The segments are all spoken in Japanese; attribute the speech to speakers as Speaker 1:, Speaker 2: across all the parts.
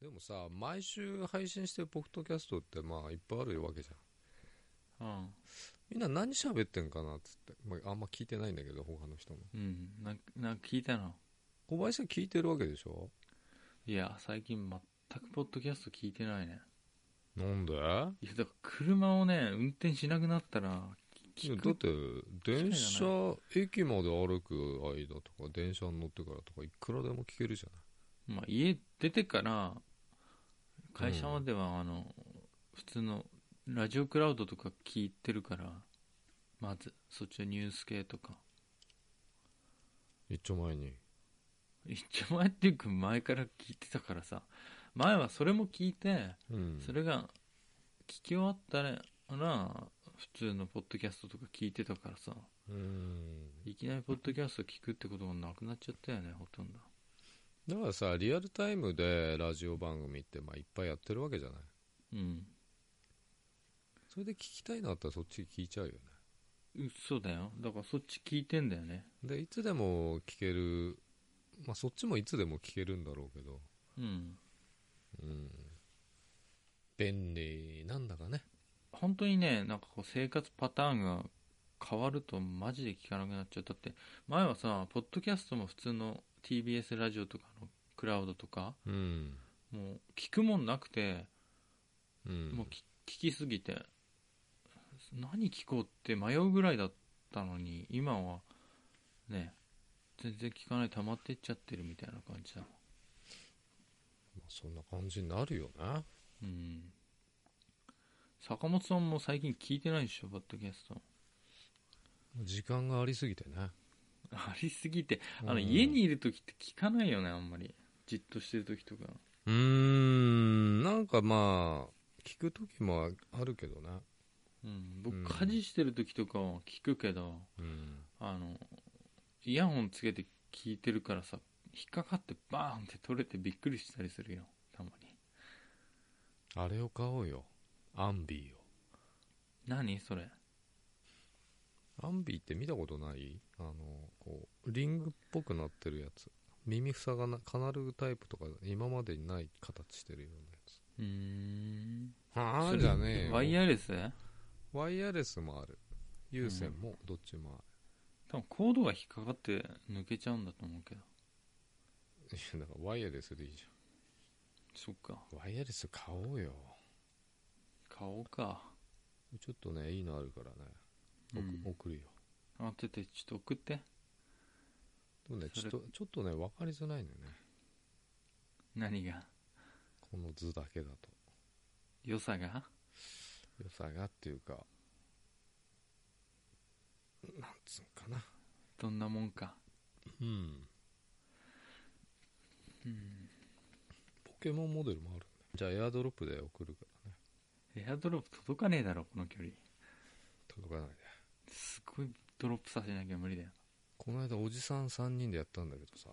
Speaker 1: でもさ、毎週配信してるポッドキャストってまあいっぱいあるわけじゃん。
Speaker 2: うん
Speaker 1: みんな何喋ってんかなっつって。まあ、あんま聞いてないんだけど、他の人も。
Speaker 2: うんなんかなんか聞いたの
Speaker 1: 小林さん聞いてるわけでしょ
Speaker 2: いや最近全くポッドキャスト聞いてないね
Speaker 1: なんで
Speaker 2: いやだから車をね運転しなくなったら
Speaker 1: いや
Speaker 2: 聞
Speaker 1: だっ
Speaker 2: く
Speaker 1: て、電車、駅まで歩く間とか、電車に乗ってからとか、いくらでも聞けるじゃない。
Speaker 2: まあ、家出てから会社まではあの、普通のラジオクラウドとか聞いてるからまずそっちのニュース系とか
Speaker 1: 一丁前に。
Speaker 2: 一応前っていうか前から聞いてたからさ前はそれも聞いて
Speaker 1: うん。
Speaker 2: それが聞き終わったら普通のポッドキャストとか聞いてたからさ
Speaker 1: うん。
Speaker 2: いきなりポッドキャスト聞くってことがなくなっちゃったよねほとんど
Speaker 1: だからさ、リアルタイムでラジオ番組って、まあ、いっぱいやってるわけじゃない。
Speaker 2: うん
Speaker 1: それで聞きたいなったらそっち聞いちゃうよね。
Speaker 2: そうだよだからそっち聞いてんだよね
Speaker 1: で、いつでも聞ける、まあ、そっちもいつでも聞けるんだろうけど、
Speaker 2: うん
Speaker 1: うん。便利なんだかね。
Speaker 2: 本当にねなんかこう生活パターンが変わるとマジで聞かなくなっちゃうだって前はさポッドキャストも普通の TBS ラジオとかのクラウドとか
Speaker 1: うん。
Speaker 2: もう聞くもんなくて
Speaker 1: うん。
Speaker 2: もうき聞きすぎて何聞こうって迷うぐらいだったのに今はね全然聞かない溜まってっちゃってるみたいな感じだも
Speaker 1: まあそんな感じになるよね。
Speaker 2: んうん坂本さんも最近聞いてないでしょポッドキャスト
Speaker 1: 時間がありすぎてね。
Speaker 2: ありすぎてあ
Speaker 1: う
Speaker 2: の
Speaker 1: ん
Speaker 2: 家にいる時って聞かないよねあんまりじっとしてる時とか
Speaker 1: うーん、なんかまあ、聞く時もあるけどね。
Speaker 2: うん
Speaker 1: う
Speaker 2: 僕
Speaker 1: ん
Speaker 2: 家事してる時とかは聞くけど
Speaker 1: うん。
Speaker 2: あのイヤホンつけて聞いてるからさ引っかかってバーンって取れてびっくりしたりするよたまに
Speaker 1: あれを買おうよ。アンビーを。
Speaker 2: 何それ
Speaker 1: アンビーって見たことないあの、こう、リングっぽくなってるやつ。耳塞がな、カナルタイプとか、今までにない形してるようなやつ。
Speaker 2: うーん
Speaker 1: は
Speaker 2: それ
Speaker 1: じゃねえよ
Speaker 2: ワイヤレス
Speaker 1: ワイヤレスもある。有線も、どっちもあ
Speaker 2: 多分コードが引っかかって抜けちゃうんだと思うけど
Speaker 1: る。いや、だからワイヤレスでいいじ
Speaker 2: そっか
Speaker 1: ゃん。ワイヤレス買おうよ。
Speaker 2: 買おうか
Speaker 1: ちょっとね、いいのあるからね。送
Speaker 2: うん
Speaker 1: 送るよ。
Speaker 2: あててちょっと送って
Speaker 1: でもね、
Speaker 2: そ
Speaker 1: ちょ
Speaker 2: れ
Speaker 1: っと、ちょっとね、分かりづらいのよね。
Speaker 2: 何が
Speaker 1: この図だけだと。
Speaker 2: 良さが
Speaker 1: 良さがっていうか、なんつうんかな。
Speaker 2: どんなもんか
Speaker 1: うん。
Speaker 2: うん
Speaker 1: ポケモンモデルもあるんだよじゃあ、エアドロップで送るからね。
Speaker 2: エアドロップ届かねえだろこの距離
Speaker 1: 届かないね。
Speaker 2: すごいドロップさせなきゃ無理だよ
Speaker 1: この間、おじさん3人でやったんだけどさ、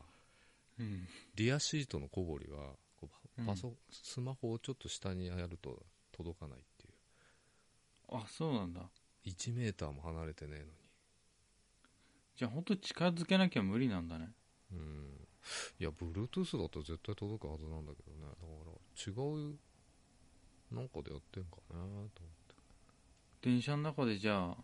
Speaker 2: うん
Speaker 1: リアシートの小堀が、こう
Speaker 2: うん
Speaker 1: パパソ、スマホをちょっと下にやると届かないっていう。
Speaker 2: あそうなんだ
Speaker 1: 1メーターも離れてねえのに。
Speaker 2: じゃあ本当近づけなきゃ無理なんだね
Speaker 1: うん。いや、Bluetooth だと絶対届くはずなんだけどね。だから、違う、なんかでやってんかなと思って。
Speaker 2: 電車の中でじゃあ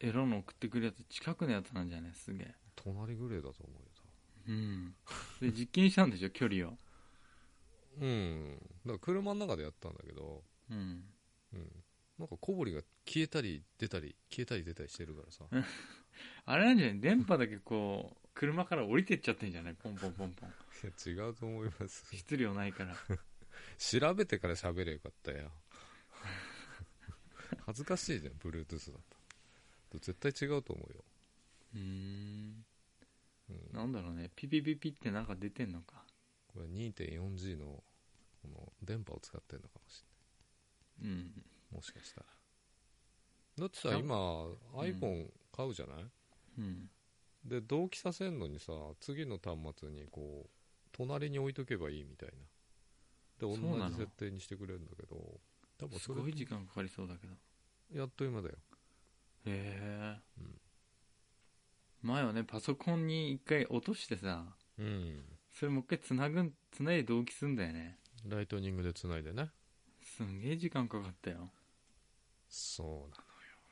Speaker 2: エロの送ってくるやつ近くのやつなんじゃねすげえ
Speaker 1: 隣ぐらいだと思うよ、
Speaker 2: うんで実験したんでしょ距離を
Speaker 1: 多分うん。だから車の中でやったんだけど、
Speaker 2: うん
Speaker 1: うん。なんか小堀が消えたり出たり、消えたり出たりしてるからさ。
Speaker 2: あれなんじゃない電波だけこう車から降りてっちゃってんじゃないポンポンポンポン
Speaker 1: いや違うと思います。
Speaker 2: 質量ないから
Speaker 1: 調べてから喋れよかったよ。 恥ずかしいじゃん、Bluetooth だと。絶対違うと思うよ。
Speaker 2: うーん
Speaker 1: うん
Speaker 2: なんだろうねピピピピってなんか出てんのか
Speaker 1: これ 2.4G のこの電波を使ってるのかもしれ
Speaker 2: うん
Speaker 1: ないもしかしたらだってさ
Speaker 2: 多分
Speaker 1: 今 iPhone 買うじゃない、
Speaker 2: うん
Speaker 1: で同期させんのにさ次の端末にこう隣に置いとけばいいみたいなで
Speaker 2: うなの
Speaker 1: 同じ設定にしてくれるんだけど多分
Speaker 2: す
Speaker 1: それ
Speaker 2: ごい時間かかりそうだけど
Speaker 1: やっと今だよ
Speaker 2: へえ、
Speaker 1: うん
Speaker 2: 前はねパソコンに一回落としてさ
Speaker 1: うん
Speaker 2: それもう一回つなぐんつないで同期すんだよね
Speaker 1: ライトニングでつないでね
Speaker 2: すんげえ時間かかったよ
Speaker 1: そうなのよ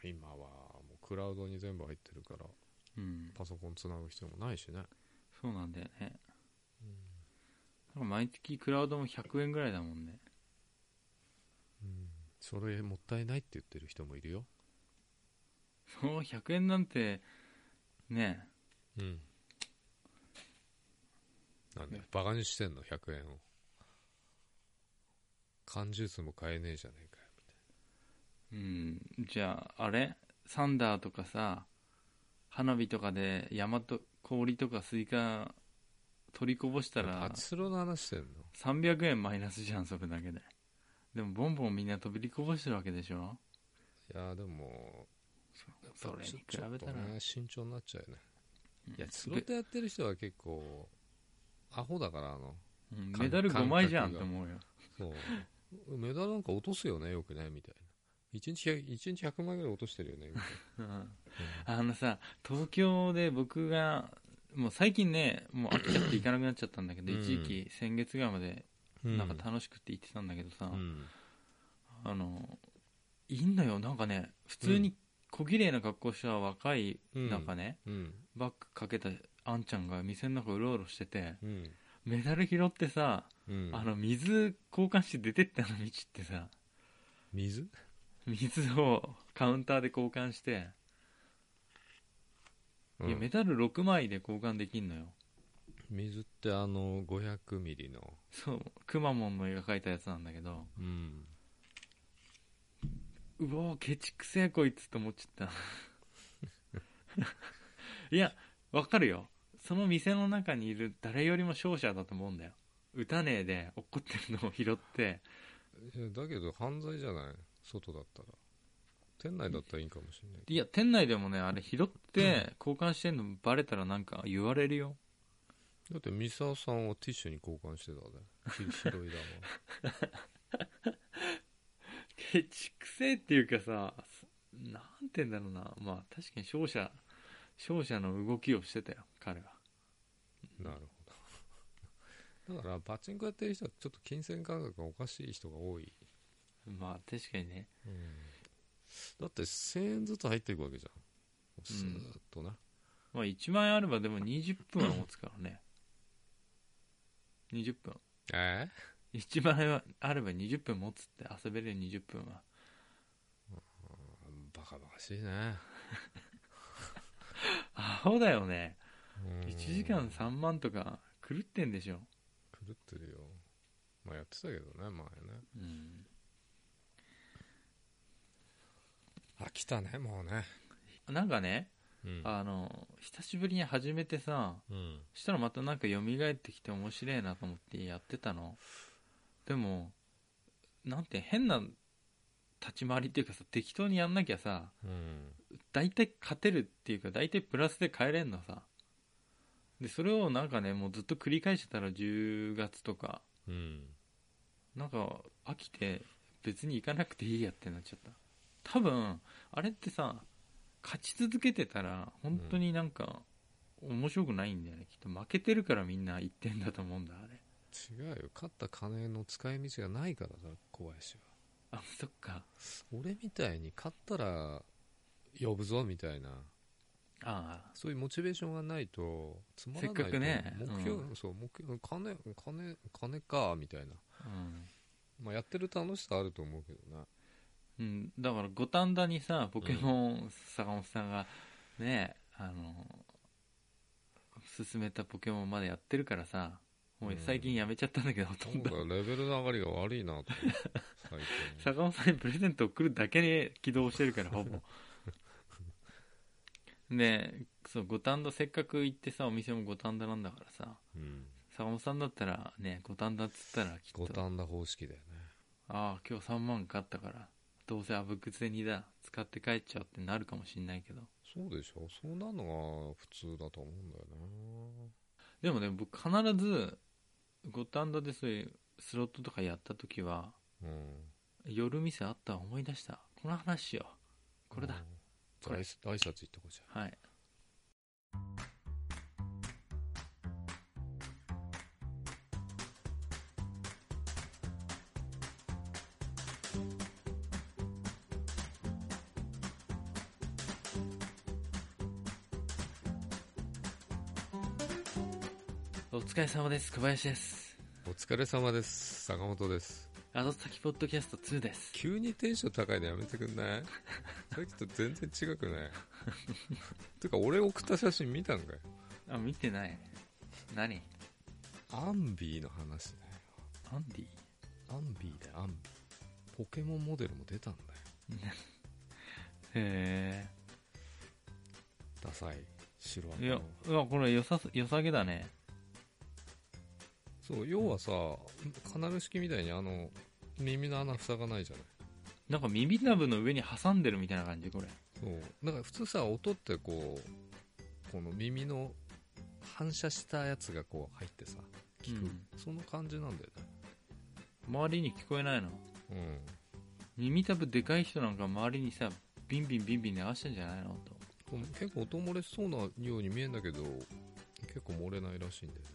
Speaker 1: 今はもうクラウドに全部入ってるから
Speaker 2: うん
Speaker 1: パソコンつなぐ必要もないしね
Speaker 2: そうなんだよねなんか毎月クラウドも100円ぐらいだもんね
Speaker 1: うんそれもったいないって言ってる人もいるよ
Speaker 2: そう100円なんてね
Speaker 1: うんなんだよバカにしてんの100円を缶ジュースも買えねえじゃねえかよ
Speaker 2: うんじゃああれサンダーとかさ花火とかで山と氷とかスイカ取りこぼしたら
Speaker 1: パチスロの話してんの
Speaker 2: 300円マイナスじゃんそれだけででもボンボンみんな飛びこぼしてるわけでしょ
Speaker 1: いやでも
Speaker 2: それに
Speaker 1: ちょ
Speaker 2: 比べたら、
Speaker 1: ちょっとね慎重になっちゃうよね
Speaker 2: うん
Speaker 1: いやスロットやってる人は結構アホだからあの
Speaker 2: うん
Speaker 1: 感
Speaker 2: メダル5枚じゃ
Speaker 1: 感
Speaker 2: んと
Speaker 1: 覚が
Speaker 2: 思うよ
Speaker 1: そうメダルなんか落とすよねよくねみたいな1日 ,1 日100枚ぐらい落としてるよねみたい
Speaker 2: うん
Speaker 1: な
Speaker 2: あのさ東京で僕がもう最近ねもう飽きちゃって行かなくなっちゃったんだけど、
Speaker 1: うん
Speaker 2: 一時期先月ぐらいまで
Speaker 1: う
Speaker 2: なんか楽しくって行ってたんだけどさ、
Speaker 1: うん
Speaker 2: あのいいんだよなんかね普通に小綺麗な格好した若い中ね、
Speaker 1: うん
Speaker 2: バッグかけたあんちゃんが店の中うろうろしてて
Speaker 1: うん
Speaker 2: メダル拾ってさ、
Speaker 1: うん
Speaker 2: あの水交換して出てったの道ってさ
Speaker 1: 水
Speaker 2: 水をカウンターで交換して、いやメダル6枚で交換できんのよ
Speaker 1: 水ってあの500ミリの
Speaker 2: そうくまモンの絵が描いたやつなんだけど
Speaker 1: うん
Speaker 2: うおーケチくせえこいつと思っちゃった いやわかるよその店の中にいる誰よりも勝者だと思うんだよ打たねえで怒ってるのを拾って
Speaker 1: いやだけど犯罪じゃない外だったら店内だったらいいんかもしれない
Speaker 2: いや店内でもねあれ拾って交換してんのバレたらなんか言われるよ
Speaker 1: だって三沢さんはティッシュに交換してた で、ね、白いだ
Speaker 2: ケチくせえっていうかさすなんて言うんだろうなまあ確かに勝者勝者の動きをしてたよ彼は
Speaker 1: なるほどだからパチンコやってる人はちょっと金銭感覚がおかしい人が多い、
Speaker 2: まあ確かにね
Speaker 1: だって1000円ずつ入っていくわけじゃんスーッとな、
Speaker 2: まあ1万円あればでも20分は持つからね20分
Speaker 1: え
Speaker 2: 1万円はあれば20分持つって遊べるよ20分は
Speaker 1: バカバカしいね
Speaker 2: アホだよね
Speaker 1: うん
Speaker 2: 1時間3万とか狂ってんでしょ
Speaker 1: 狂ってるよまあやってたけどね前ね
Speaker 2: うん
Speaker 1: 飽きたねもうね
Speaker 2: なんかね
Speaker 1: うん
Speaker 2: あの久しぶりに始めてさ
Speaker 1: うん
Speaker 2: したらまたなんか蘇ってきて面白いなと思ってやってたのでもなんて変な立ち回りっていうかさ適当にやんなきゃさ
Speaker 1: うん
Speaker 2: 大体勝てるっていうか大体プラスで帰れんのさでそれをなんかねもうずっと繰り返してたら10月とか
Speaker 1: うん
Speaker 2: なんか飽きて別に行かなくていいやってなっちゃった多分あれってさ勝ち続けてたら本当になんか面白くないんだよね、きっと負けてるからみんな行ってんだと思うんだあれ
Speaker 1: 違うよ勝った金の使い道がないからだ小林は
Speaker 2: あそっか
Speaker 1: 俺みたいに勝ったら呼ぶぞみたいな
Speaker 2: ああ
Speaker 1: そういうモチベーションがないとつまらないと
Speaker 2: せっかくね
Speaker 1: 目標、
Speaker 2: う
Speaker 1: そう目標金金金かみたいな、
Speaker 2: うん
Speaker 1: まあ、やってる楽しさあると思うけどな
Speaker 2: うん、だから五反田にさポケモン坂本さんがね、あの勧めたポケモンまでやってるからさもう最近やめちゃったんだけど、ほとん
Speaker 1: な
Speaker 2: ど
Speaker 1: んかレベルの上がりが悪いなと 思って最近
Speaker 2: 坂本さんにプレゼント送るだけで起動してるからほぼ でそう五反田せっかく行ってさお店も五反田なんだからさ
Speaker 1: うん
Speaker 2: 坂本さんだったらね五反田っつったらき
Speaker 1: 五
Speaker 2: っとあ
Speaker 1: 反田方式だよね
Speaker 2: あ今日3万買ったからどうせあぶくぜにだ使って帰っちゃうってなるかもしんないけど
Speaker 1: そうでしょそうなのが普通だと思うんだよね
Speaker 2: でもね僕必ず五反田でそういうスロットとかやった時は
Speaker 1: うん
Speaker 2: 夜店あった思い出したこの話しようこれだ、
Speaker 1: うんじゃあ挨拶挨拶行ってこうじゃ
Speaker 2: はい
Speaker 1: ん
Speaker 2: お疲れ様です小林です
Speaker 1: お疲れ様です坂本です
Speaker 2: 後先ポッドキャスト2です
Speaker 1: 急にテンション高いのやめてくんないさっきと全然違くないてか俺送った写真見たんかよ
Speaker 2: あ見てない何
Speaker 1: アンビーの話ね
Speaker 2: アンディ
Speaker 1: アンビーだよアンビーポケモンモデルも出たんだよ
Speaker 2: へ
Speaker 1: ダサい白赤
Speaker 2: えい
Speaker 1: の
Speaker 2: やうわこれよさそよさげだね
Speaker 1: そう要はさカナル式みたいにあの耳の穴塞がないじゃない
Speaker 2: なんか耳たぶの上に挟んでるみたいな感じこれ
Speaker 1: そうだから普通さ音ってこうこの耳の反射したやつがこう入ってさ聞く、
Speaker 2: うん
Speaker 1: その感じなんだよ
Speaker 2: 周りに聞こえないの
Speaker 1: ね
Speaker 2: 耳たぶでかい人なんか周りにさビンビンビンビン流してんじゃないのと
Speaker 1: うん結構音漏れしそうなように見えんだけど結構漏れないらしいんだよね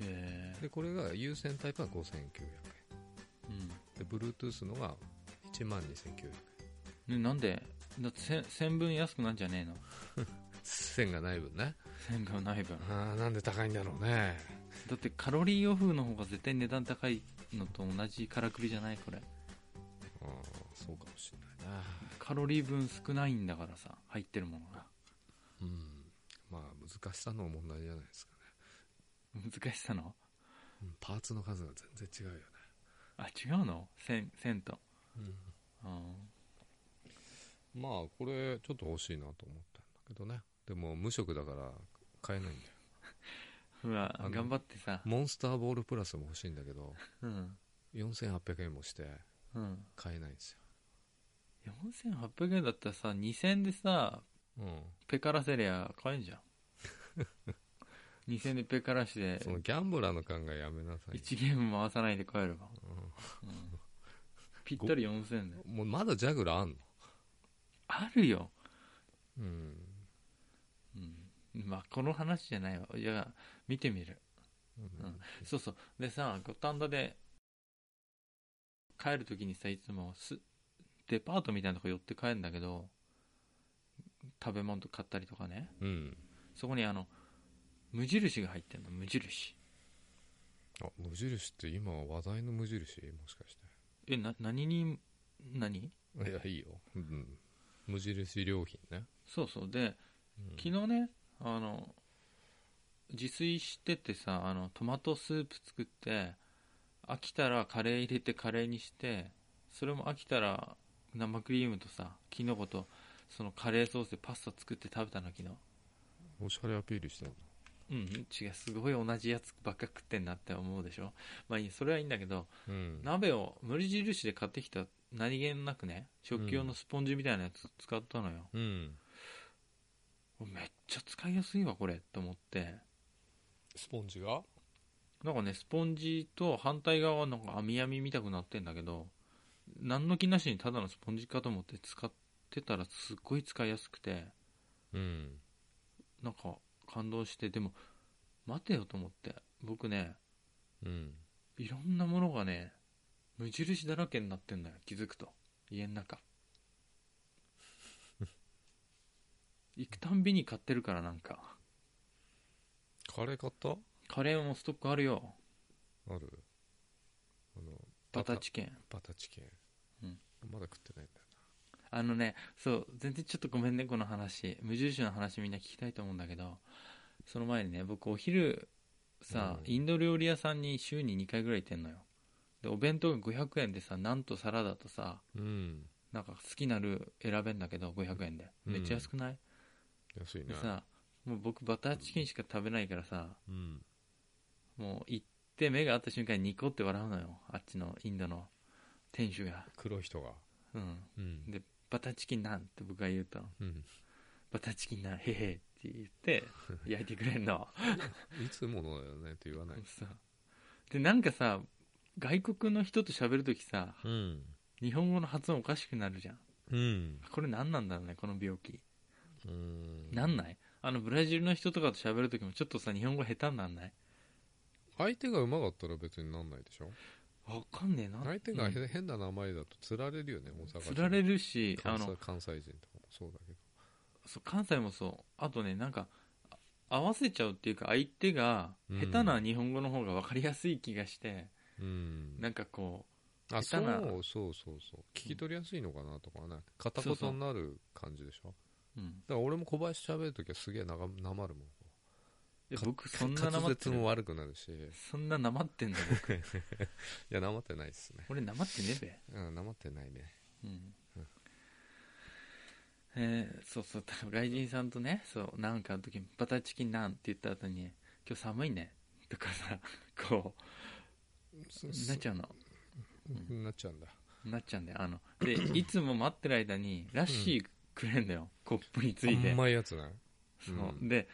Speaker 2: へえ
Speaker 1: でこれが有線タイプが5900円で Bluetooth のが1万2900円
Speaker 2: うん、ね、なんでだってせ1000分安くなんじゃねえの
Speaker 1: 線がない分ね
Speaker 2: 1000がない分
Speaker 1: あーなんで高いんだろうね
Speaker 2: だってカロリーオフの方が絶対値段高いのと同じからくりじゃないこれ
Speaker 1: あーそうかもしれないな
Speaker 2: カロリー分少ないんだからさ入ってるものが
Speaker 1: うんまあ難しさの問題じゃないですかね、
Speaker 2: 難しさの
Speaker 1: うんパーツの数が全然違うよね
Speaker 2: あ違うの1000 1000とうん
Speaker 1: まあこれちょっと欲しいなと思ったんだけどねでも無職だから買えないんだよ
Speaker 2: うわ
Speaker 1: あの
Speaker 2: 頑張ってさ
Speaker 1: モンスターボールプラスも欲しいんだけど
Speaker 2: うん
Speaker 1: 4800円もして
Speaker 2: うん
Speaker 1: 買えないんです
Speaker 2: 4800円だったらさ2000円でさ
Speaker 1: よ、
Speaker 2: ペカラせりゃ買え んじゃん2000円でペカラし
Speaker 1: う
Speaker 2: て
Speaker 1: ん、そのギャンブラーの考えやめなさいよ、
Speaker 2: 1ゲーム回さないで帰れば、うんぴったり4000円で
Speaker 1: もうまだジャグラーあんの
Speaker 2: あるよ
Speaker 1: うん
Speaker 2: うんまあこの話じゃないわいや見てみる
Speaker 1: うん
Speaker 2: そうそうでさ五反田で帰るときにさいつもすデパートみたいなとこ寄って帰るんだけど食べ物とか買ったりとかね
Speaker 1: うん
Speaker 2: そこにあの無印が入ってんの無印
Speaker 1: あ無印って今話題の無印もしかして
Speaker 2: えな何に何
Speaker 1: いやいいよ、うん、無印良品ね、
Speaker 2: そうそうで
Speaker 1: うん
Speaker 2: 昨日ねあの自炊しててさあのトマトスープ作って飽きたらカレー入れてカレーにしてそれも飽きたら生クリームとさきのことそのカレーソースでパスタ作って食べたの昨日
Speaker 1: おしゃれアピールしてんの
Speaker 2: うん違うすごい同じやつばっか食ってんなって思うでしょまあいいそれはいいんだけど
Speaker 1: うん
Speaker 2: 鍋を無印で買ってきた何気なくね食器用のスポンジみたいなやつ使ったのよ、
Speaker 1: うん
Speaker 2: めっちゃ使いやすいわこれと思って
Speaker 1: スポンジが
Speaker 2: なんかね、スポンジと反対側はなんか網網みたくなってんだけど、何の気なしにただのスポンジかと思って使ってたらすっごい使いやすくて、
Speaker 1: うん
Speaker 2: なんか感動して、でも、待てよと思って、僕ね、
Speaker 1: うん
Speaker 2: いろんなものがね、無印だらけになってんだよ、気づくと。家の中。行くたんびに買ってるからなんか。
Speaker 1: カレー買った
Speaker 2: カレーもストックあるよ、
Speaker 1: あるあの
Speaker 2: バターチキン。
Speaker 1: バタチキン、
Speaker 2: うん
Speaker 1: まだ食ってないんだよ
Speaker 2: あのね、そう、全然ちょっとごめんね、この話。無印の話みんな聞きたいと思うんだけど、その前にね、僕お昼、さ、
Speaker 1: うん
Speaker 2: インド料理屋さんに週に2回ぐらい行ってんのよ。で、お弁当が500円でさ、なんとサラダとさ、
Speaker 1: うん
Speaker 2: なんか好きなルー選べんだけど、500円で。
Speaker 1: うん
Speaker 2: めっちゃ安くない、
Speaker 1: 安い
Speaker 2: で
Speaker 1: ね
Speaker 2: さ、もう僕バターチキンしか食べないからさ、
Speaker 1: うん
Speaker 2: もう行って目が合った瞬間にニコって笑うのよ。あっちのインドの店主が。
Speaker 1: 黒い人が
Speaker 2: うん。
Speaker 1: うん
Speaker 2: で、バターチキンなんって僕が言うと。
Speaker 1: うん、
Speaker 2: バターチキンならへへって言って 焼いてくれんの
Speaker 1: いつものだよねって言わない、
Speaker 2: そうでなんかさ外国の人と喋るときさ
Speaker 1: うん
Speaker 2: 日本語の発音おかしくなるじゃん
Speaker 1: うん
Speaker 2: これ何なんだろうねこの病気、
Speaker 1: うん
Speaker 2: なんないあのブラジルの人とかと喋るときもちょっとさ日本語下手になんない
Speaker 1: 相手がうまかったら別になんないでしょ
Speaker 2: わかんねえな
Speaker 1: 相手が
Speaker 2: うん
Speaker 1: へ変な名前だとつられるよね大阪人
Speaker 2: つられるしあ
Speaker 1: 関西
Speaker 2: の
Speaker 1: 関西人とかもそうだけど
Speaker 2: そう関西もそうあとねなんかあ合わせちゃうっていうか相手が
Speaker 1: うん
Speaker 2: 下手な日本語の方が分かりやすい気がして、
Speaker 1: うん
Speaker 2: なんかこ
Speaker 1: あそ
Speaker 2: 下手な
Speaker 1: うそうそうそう聞き取りやすいのかなとかね片言になる感じでしょ
Speaker 2: う、うん、
Speaker 1: だから俺も小林喋るときはすげえながなまるもん
Speaker 2: いや
Speaker 1: か
Speaker 2: 僕そんななま
Speaker 1: 滑
Speaker 2: って
Speaker 1: 舌
Speaker 2: る
Speaker 1: も悪くなるしい
Speaker 2: そんななまってんだ 僕
Speaker 1: やなまってないっすね
Speaker 2: 俺なまってねえべ
Speaker 1: うんなまってないね
Speaker 2: うんえーそうそう、多分外人さんとね、そう、なんかの時に、バターチキンなんって言った後に、今日寒いね。とかさ、 こ、
Speaker 1: そう
Speaker 2: なっちゃうの。
Speaker 1: うんなっちゃうんだ
Speaker 2: なっちゃうんだよ。あの、 で、いつも待ってる間に、ラッシーくれんだよ。コップについて。
Speaker 1: うまいやつね
Speaker 2: そう
Speaker 1: うん
Speaker 2: で、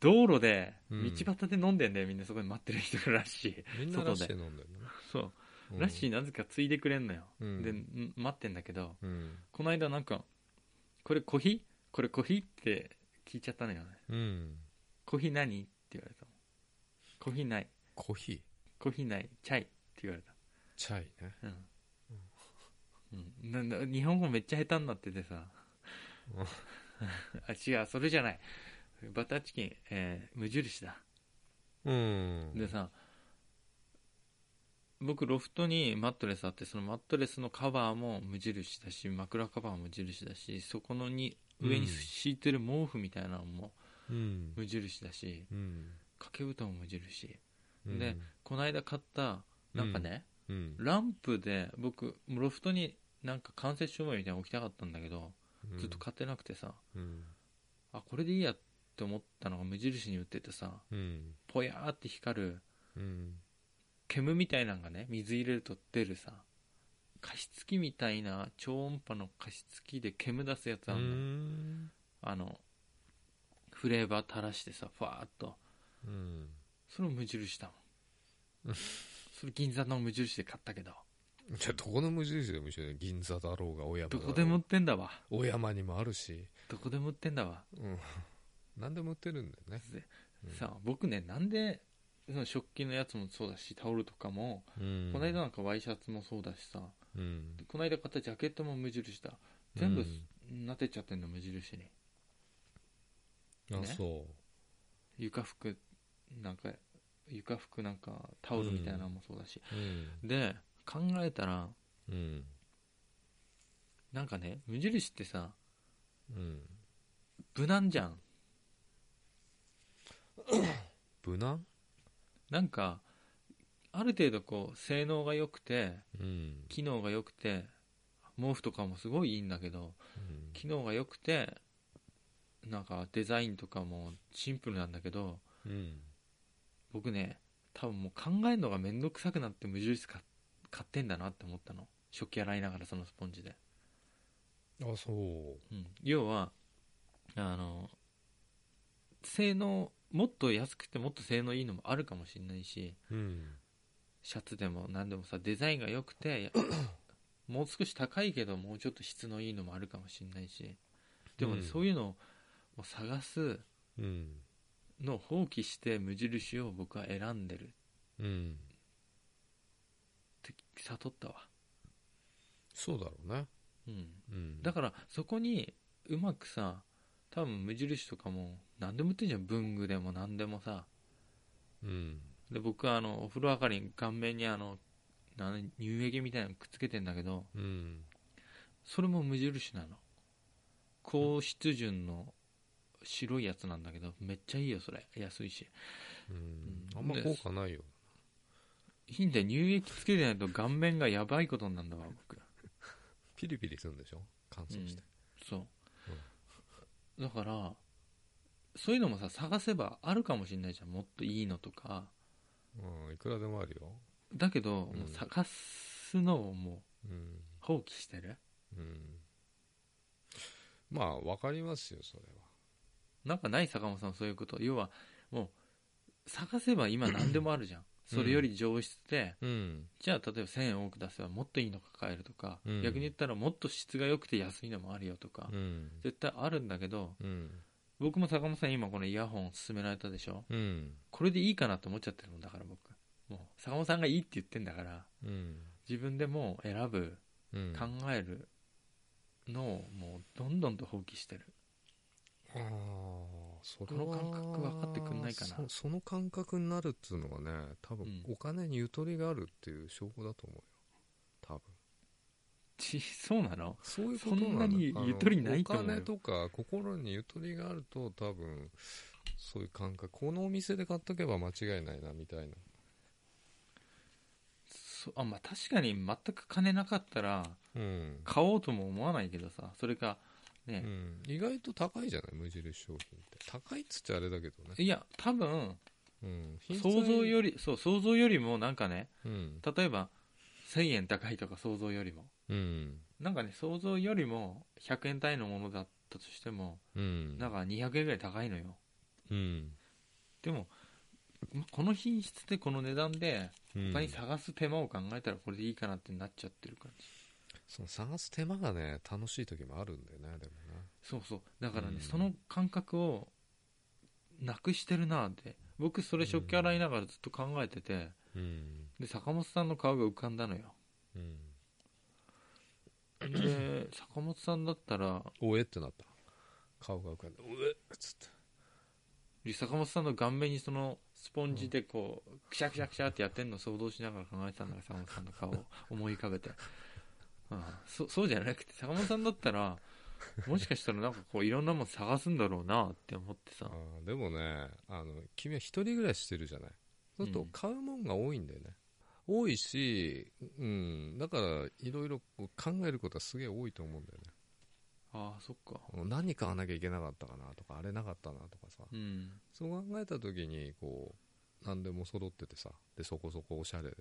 Speaker 2: 道路で、
Speaker 1: うん
Speaker 2: 道端で飲んでんだよ。みんなそこで待ってる人がラッ シー。
Speaker 1: みんなラッシー飲んだよね
Speaker 2: そうう。
Speaker 1: ん
Speaker 2: ラッシーなぜかついでくれんのよ。
Speaker 1: うん
Speaker 2: で、ん待ってんだけど、
Speaker 1: うん
Speaker 2: この間なんか、これコーヒーこれコーヒーって聞いちゃったのよね。
Speaker 1: うん
Speaker 2: コーヒー何って言われたもんコーヒーない。
Speaker 1: コーヒー
Speaker 2: コーヒーない。チャイって言われた。
Speaker 1: チャイね
Speaker 2: うん。うん、なんだ日本語めっちゃ下手になっててさ。
Speaker 1: うん
Speaker 2: あ、違う、それじゃない。バターチキン、えー無印だ。
Speaker 1: うん
Speaker 2: でさ、僕ロフトにマットレスあって、そのマットレスのカバーも無印だし、枕カバーも無印だし、そこのに上
Speaker 1: うん
Speaker 2: に敷いてる毛布みたいなのも
Speaker 1: うん
Speaker 2: 無印だし、
Speaker 1: うん
Speaker 2: 掛け布団も無印。
Speaker 1: うん
Speaker 2: でこの間買った、なんかね、
Speaker 1: うん
Speaker 2: ランプで僕、ロフトになんか間接照明みたいなの置きたかったんだけど、ずっと買ってなくてさ、
Speaker 1: うん
Speaker 2: あ、これでいいやって思ったのが無印に売っててさ、
Speaker 1: うん
Speaker 2: ぽやーって光る、
Speaker 1: うん
Speaker 2: 煙みたいなのがね水入れると出るさ加湿器みたいな超音波の加湿器で煙出すやつ
Speaker 1: う
Speaker 2: あんの,、
Speaker 1: ん
Speaker 2: あのフレーバー垂らしてさファーっと
Speaker 1: うん
Speaker 2: それも無印だも
Speaker 1: うんん
Speaker 2: それ銀座の無印で買ったけど
Speaker 1: じゃあどこの無印でも一緒だよ銀座だろうが小山だ
Speaker 2: ど
Speaker 1: ろう
Speaker 2: こ
Speaker 1: が
Speaker 2: でも売ってんだわ
Speaker 1: 小山にもあるし、
Speaker 2: どこでも売ってんだわ、
Speaker 1: うん、何でも売ってるんだよね、
Speaker 2: で
Speaker 1: うん
Speaker 2: さあ僕ねなんでその食器のやつもそうだしタオルとかも、
Speaker 1: うん、
Speaker 2: この間なんかワイシャツもそうだしさ
Speaker 1: うん
Speaker 2: この間買ったジャケットも無印だ全部、
Speaker 1: うん
Speaker 2: なてっちゃってんの無印に
Speaker 1: あ、
Speaker 2: ね
Speaker 1: そ
Speaker 2: 床服なんか床服なんかタオルみたいなのもそうだし、
Speaker 1: ううん
Speaker 2: で考えたら
Speaker 1: うん
Speaker 2: なんかね無印ってさ
Speaker 1: うん
Speaker 2: 無難じゃん
Speaker 1: 無難
Speaker 2: なんかある程度こう性能が良くて
Speaker 1: うん、
Speaker 2: 機能が良くて毛布とかもすごいいいんだけど
Speaker 1: うん
Speaker 2: 機能が良くてなんかデザインとかもシンプルなんだけど
Speaker 1: うん、
Speaker 2: 僕ね多分もう考えるのが面倒くさくなって無印買買ってんだなって思ったの食器洗いながらそのスポンジで
Speaker 1: あそう
Speaker 2: うん要はあの性能もっと安くてもっと性能いいのもあるかもしれないし
Speaker 1: うん
Speaker 2: シャツでも何でもさデザインが良くてや もう少し高いけどもうちょっと質のいいのもあるかもしれないしでもね、
Speaker 1: うん
Speaker 2: そういうのを探す
Speaker 1: うん
Speaker 2: のを放棄して無印を僕は選んでるっ
Speaker 1: うん
Speaker 2: て悟ったわ、
Speaker 1: そうだろうね、
Speaker 2: うん、
Speaker 1: うん、
Speaker 2: だ
Speaker 1: か
Speaker 2: からそこにうまくさ多分無印とかも何でも売ってんじゃん文具でも何でもさ、
Speaker 1: らうん
Speaker 2: で僕はあのお風呂上がりに顔面にあのなん乳液みたいなのくっつけてんだけど
Speaker 1: うん
Speaker 2: それも無印なの高湿潤の白いやつなんだけどめっちゃいいよそれ安いし
Speaker 1: うん
Speaker 2: うん
Speaker 1: あんま
Speaker 2: で
Speaker 1: 効果ないよ
Speaker 2: いいんだよ乳液つけてないと顔面がやばいことになるんだわ僕
Speaker 1: ピリピリするんでしょ乾燥して、
Speaker 2: そう、だからそういうのもさ探せばあるかもしれないじゃんもっといいのとか
Speaker 1: うんいくらでもあるよ、
Speaker 2: だけど、
Speaker 1: うん
Speaker 2: もう探すのをも
Speaker 1: うん
Speaker 2: う放棄してる
Speaker 1: うん、まあわかりますよそれは
Speaker 2: なんかない坂本さんそういうこと要はもう探せば今何でもあるじゃんそれより上質で、
Speaker 1: うん
Speaker 2: じゃあ例えば1000円多く出せばもっといいのが買えるとか、
Speaker 1: うん
Speaker 2: 逆に言ったらもっと質が良くて安いのもあるよとか、
Speaker 1: うん
Speaker 2: 絶対あるんだけど
Speaker 1: うん
Speaker 2: 僕も坂本さん今このイヤホン勧められたでしょ
Speaker 1: うん
Speaker 2: これでいいかなと思っちゃってるもんだから僕もう坂本さんがいいって言ってんだから
Speaker 1: うん
Speaker 2: 自分でもう選ぶ
Speaker 1: うん
Speaker 2: 考えるのをもうどんどんと放棄してる
Speaker 1: ああそ
Speaker 2: この感覚分かってくんないかな
Speaker 1: そその感覚になるっつうのはね多分
Speaker 2: うん
Speaker 1: お金にゆとりがあるっていう証拠だと思うよ多分
Speaker 2: ちそうなの
Speaker 1: そういうことなの
Speaker 2: そんなに
Speaker 1: あの
Speaker 2: ゆとりないと思う
Speaker 1: お
Speaker 2: よ
Speaker 1: 金とか心にゆとりがあると多分そういう感覚このお店で買っとけば間違いないなみたいな
Speaker 2: そあまあ確かに全く金なかったら
Speaker 1: うん、
Speaker 2: 買おうとも思わないけどさそれか
Speaker 1: う
Speaker 2: ね、
Speaker 1: ん、意外と高いじゃない無印商品って高いっつっちゃあれだけどね、
Speaker 2: いや多分
Speaker 1: うん、
Speaker 2: 想像よ
Speaker 1: り
Speaker 2: りそう想像よりもなんかね
Speaker 1: うん、
Speaker 2: 例えば1000円高いとか想像よりも
Speaker 1: うん
Speaker 2: なんかね想像よりも100円単位のものだったとしても
Speaker 1: うん
Speaker 2: なんか200円ぐらい高いのよ
Speaker 1: うん
Speaker 2: でもまこの品質でこの値段で
Speaker 1: うん
Speaker 2: 他に探す手間を考えたらこれでいいかなってなっちゃってる感じ、
Speaker 1: その探す手間がね楽しい時もあるんだよねでもね
Speaker 2: そうそうだからね、
Speaker 1: うん
Speaker 2: その感覚をなくしてるなって僕それ食器洗いながらずっと考えてて
Speaker 1: うん
Speaker 2: で坂本さんの顔が浮かんだのよ
Speaker 1: うん
Speaker 2: で坂本さんだったら
Speaker 1: おえってなった顔が浮かんでおえっつって
Speaker 2: 坂本さんの顔面にそのスポンジでこうくしゃくしゃくしゃってやってんのを想像しながら考えてたんだから坂本さんの顔を思い浮かべて、うん、そそうじゃなくて坂本さんだったらもしかしたらなんかこういろんなもん探すんだろうなって思ってさ
Speaker 1: あーでもねあの君は一人暮らししてるじゃないそうする
Speaker 2: う
Speaker 1: と
Speaker 2: ん
Speaker 1: 買うもんが多いんだよね、多いし、うん、だからいろいろこう考えることはすげえ多いと思うんだよね
Speaker 2: ああそっか
Speaker 1: うん何買わなきゃいけなかったかなとかあれなかったなとかさ
Speaker 2: うん
Speaker 1: そう考えた時にこう何でも揃っててさでそこそこおしゃれで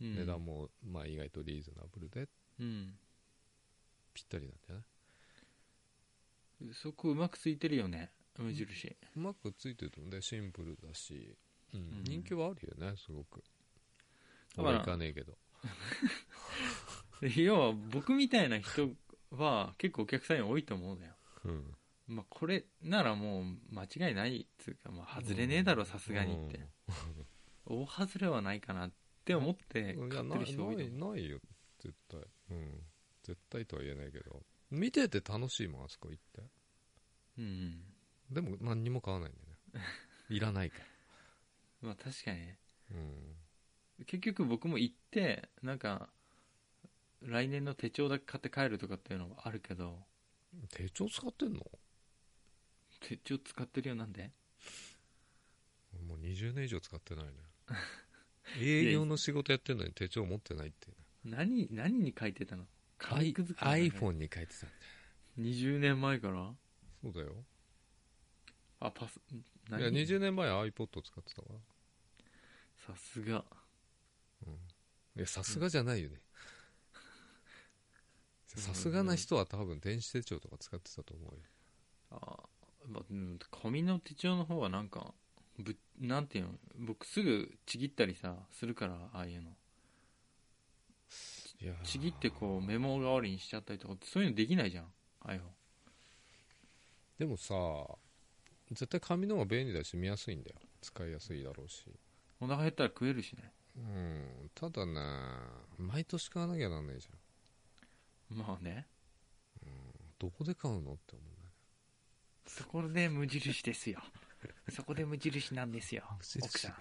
Speaker 2: うん
Speaker 1: 値段もまあ意外とリーズナブルで
Speaker 2: うん
Speaker 1: ぴったりなんじゃない
Speaker 2: そこうまくついてるよね無印
Speaker 1: うまくついてると思うんでシンプルだし、うん
Speaker 2: うん
Speaker 1: 人気はあるよねすごく
Speaker 2: だから
Speaker 1: 俺行かねえけど
Speaker 2: で要は僕みたいな人は結構お客さんに多いと思うんだよ
Speaker 1: うん
Speaker 2: まあこれならもう間違いないっつうか、まあ、外れねえだろさすがにって、大外れはないかなって思って
Speaker 1: うんい
Speaker 2: 買
Speaker 1: や
Speaker 2: っ
Speaker 1: な
Speaker 2: て
Speaker 1: い
Speaker 2: る
Speaker 1: ない
Speaker 2: 人多いと思う
Speaker 1: ないよ絶対うん絶対とは言えないけど見てて楽しいもんあそこ行って
Speaker 2: うん
Speaker 1: でも何にも買わないんだよ ねいらないか
Speaker 2: まあ確かにね
Speaker 1: らうん
Speaker 2: 結局僕も行ってなんか来年の手帳だけ買って帰るとかっていうのもあるけど
Speaker 1: 手帳使ってんの
Speaker 2: 手帳使ってるよなんで
Speaker 1: もう20年以上使って ないね営業の仕事やってんのに手帳持ってないっていうね
Speaker 2: 何何に書いてたの紙くずかな
Speaker 1: iPhone に書いてたんだよ
Speaker 2: 20年前から
Speaker 1: そうだよ
Speaker 2: あパス
Speaker 1: いや20年前 iPod 使ってたから
Speaker 2: さすが
Speaker 1: いやさすがじゃないよね
Speaker 2: うん
Speaker 1: さすがな人は多分電子手帳とか使ってたと思うよ
Speaker 2: あ、まあ、うん紙の手帳の方はなんかぶなんていうの僕すぐちぎったりさするからああいうの
Speaker 1: いやー
Speaker 2: ちぎってこうメモ代わりにしちゃったりとかそういうのできないじゃん iPhone
Speaker 1: でもさ絶対紙の方が便利だし見やすいんだよ使いやすいだろうし
Speaker 2: お腹減ったら食えるしね
Speaker 1: うんただね毎年買わなきゃなんないじゃん
Speaker 2: まあね
Speaker 1: どこで買うのって思うね
Speaker 2: そこで無印です よそこで無印なんですよ
Speaker 1: 無印
Speaker 2: 奥さん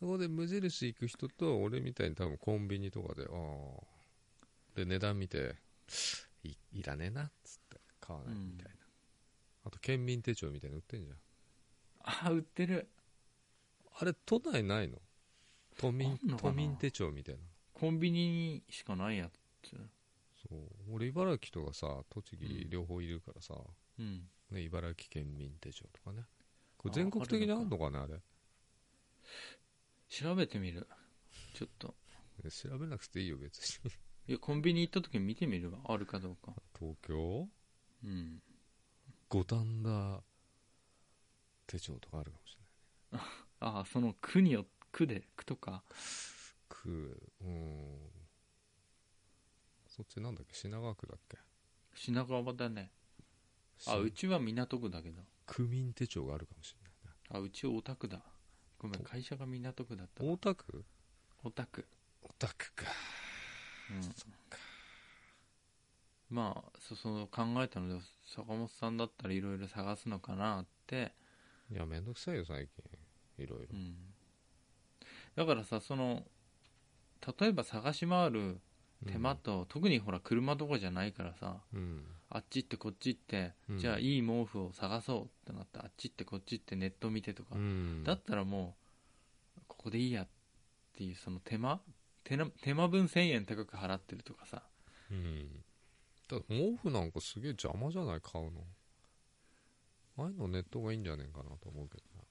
Speaker 1: そこで無印行く人と俺みたいに多分コンビニとかでああで値段見ていいらねえなっつって買わないみたいな、あと県民手帳みたいなの売ってんじゃん
Speaker 2: あ売ってる
Speaker 1: あれ都内ないの都民
Speaker 2: あんのかな
Speaker 1: 都民手帳みたいな
Speaker 2: コンビニにしかないやつ
Speaker 1: そう俺茨城とかさ栃木
Speaker 2: うん
Speaker 1: 両方いるからさ、
Speaker 2: うん
Speaker 1: ね、茨城県民手帳とかねこれ
Speaker 2: あ
Speaker 1: 全国的にあんのかなあれ
Speaker 2: 調べてみるちょっと
Speaker 1: ね調べなくていいよ別に
Speaker 2: いやコンビニ行った時見てみるわあるかどうか
Speaker 1: 東京
Speaker 2: うん
Speaker 1: 五反田手帳とかあるかもしれない
Speaker 2: ああその区によ区で区とか
Speaker 1: 区うんそっちなんだっけ品川区だっけ
Speaker 2: 品川だねあ
Speaker 1: し
Speaker 2: うちは港区だけど
Speaker 1: 区民手帳があるかもしれない
Speaker 2: あうち大田区だごめん
Speaker 1: と
Speaker 2: 会社が港区だった
Speaker 1: ね大田区
Speaker 2: 大田区
Speaker 1: 大田区か
Speaker 2: うんまあそその考えたので坂本さんだったらいろいろ探すのかなっって、
Speaker 1: いやめんどくさいよ最近いろいろ
Speaker 2: うん、だからさその例えば探し回る手間と、特にほら車とかじゃないからさ
Speaker 1: うん
Speaker 2: あっち行ってこっち行って、
Speaker 1: うん
Speaker 2: じゃあいい毛布を探そうってなってあっち行ってこっち行ってネット見てとか、
Speaker 1: うん
Speaker 2: だったらもうここでいいやっていうその手間手な手間分1000円高く払ってるとかさ
Speaker 1: うんただ毛布なんかすげえ邪魔じゃない買うのああいうのネットがいいんじゃねえかなと思うけどな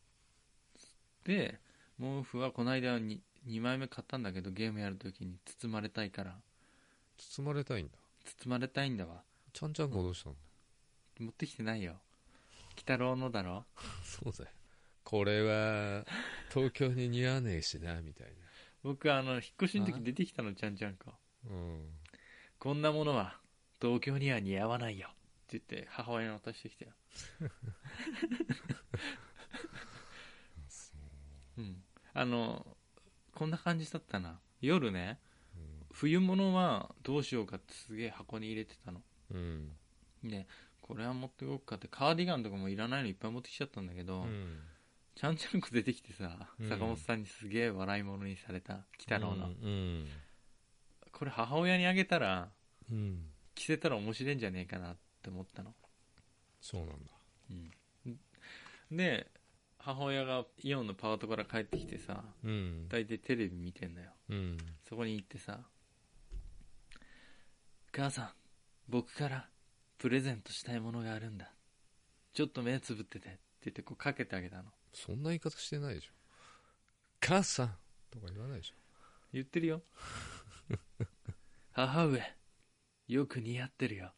Speaker 2: で毛布はこの間 2, 2枚目買ったんだけどゲームやるときに包まれたいから
Speaker 1: 包まれたいんだ
Speaker 2: 包まれたいんだわ
Speaker 1: ちゃんちゃんこどうしたんだ、
Speaker 2: 持ってきてないよ鬼太郎のだろ
Speaker 1: そうだよこれは東京に似合わねえしなみたい
Speaker 2: 僕あの引っ越しの
Speaker 1: あ
Speaker 2: 時出てきたのちゃんちゃんか
Speaker 1: なうん
Speaker 2: こんなものは東京には似合わないよって言って母親に渡してきた ようんあのこんな感じだったな夜ね冬物はどうしようかってすげえ箱に入れてたの
Speaker 1: うん
Speaker 2: ねこれは持っておくかってカーディガンとかもいらないのいっぱい持ってきちゃったんだけど、
Speaker 1: うん
Speaker 2: ちゃんちゃんこ出てきてさ、
Speaker 1: うん
Speaker 2: 坂本さんにすげえ笑い物にされた鬼太郎の、
Speaker 1: うん
Speaker 2: これ母親にあげたら
Speaker 1: うん、うん
Speaker 2: 着せたら面白いんじゃねえかなって思ったの、
Speaker 1: そうなんだ
Speaker 2: で母親がイオンのパートから帰ってきてさ
Speaker 1: うん
Speaker 2: 大体テレビ見てんだよ
Speaker 1: うん
Speaker 2: そこに行ってさ「母さん僕からプレゼントしたいものがあるんだちょっと目つぶってて」って言ってこうかけてあげたの
Speaker 1: そんな言い方してないでしょ母さんとか言わないでしょ
Speaker 2: 言って るよ母上よく似合ってるよ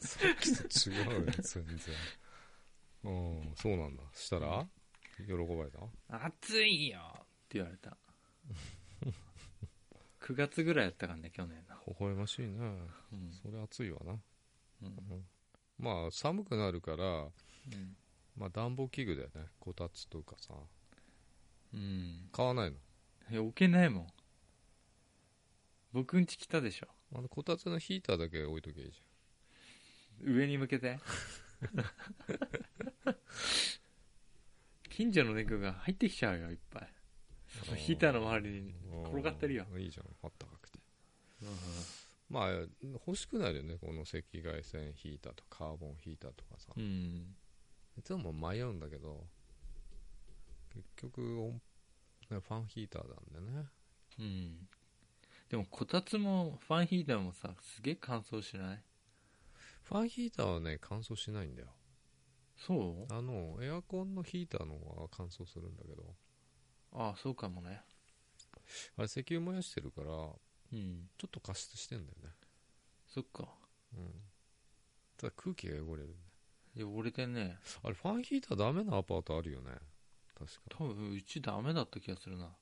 Speaker 1: さっ きと違うよ全然うんそうなんだしたら喜ばれた
Speaker 2: 暑いよって言われ た9月ぐらいやったからね去年の、
Speaker 1: 微笑ましいな
Speaker 2: うん
Speaker 1: それ暑いわな
Speaker 2: うん
Speaker 1: まあ寒くなるから、
Speaker 2: うん
Speaker 1: まあ、暖房器具だよねこたつとかさ
Speaker 2: うん
Speaker 1: 買わないの
Speaker 2: いや置けないもん僕んち来たでしょ
Speaker 1: あのこたつのヒーターだけ置いとけばいいじ
Speaker 2: 上に向けて近所の猫が入ってきちゃうよいっぱいそ のヒーターの周りに
Speaker 1: ゃん
Speaker 2: 転がってるよ
Speaker 1: うんいいじゃんあったかくてまあ欲しくなるよねこの赤外線ヒーターとカーボンヒーターとかさ
Speaker 2: うん
Speaker 1: いつも迷うんだけど結局オンねファンヒーターなんでね
Speaker 2: うんでもこたつもファンヒーターもさすげえ乾燥しない
Speaker 1: ファンヒーターはね乾燥しないんだよ
Speaker 2: そう
Speaker 1: あのエアコンのヒーターの方が乾燥するんだけど
Speaker 2: ああそうかもね
Speaker 1: あれ石油燃やしてるからちょ
Speaker 2: うん
Speaker 1: っと加湿してんだよね
Speaker 2: そっか
Speaker 1: うんただ空気が汚れるんだよ
Speaker 2: いや俺でね
Speaker 1: あれファンヒーターダメなアパートあるよね確か
Speaker 2: 多分うちダメだった気がするな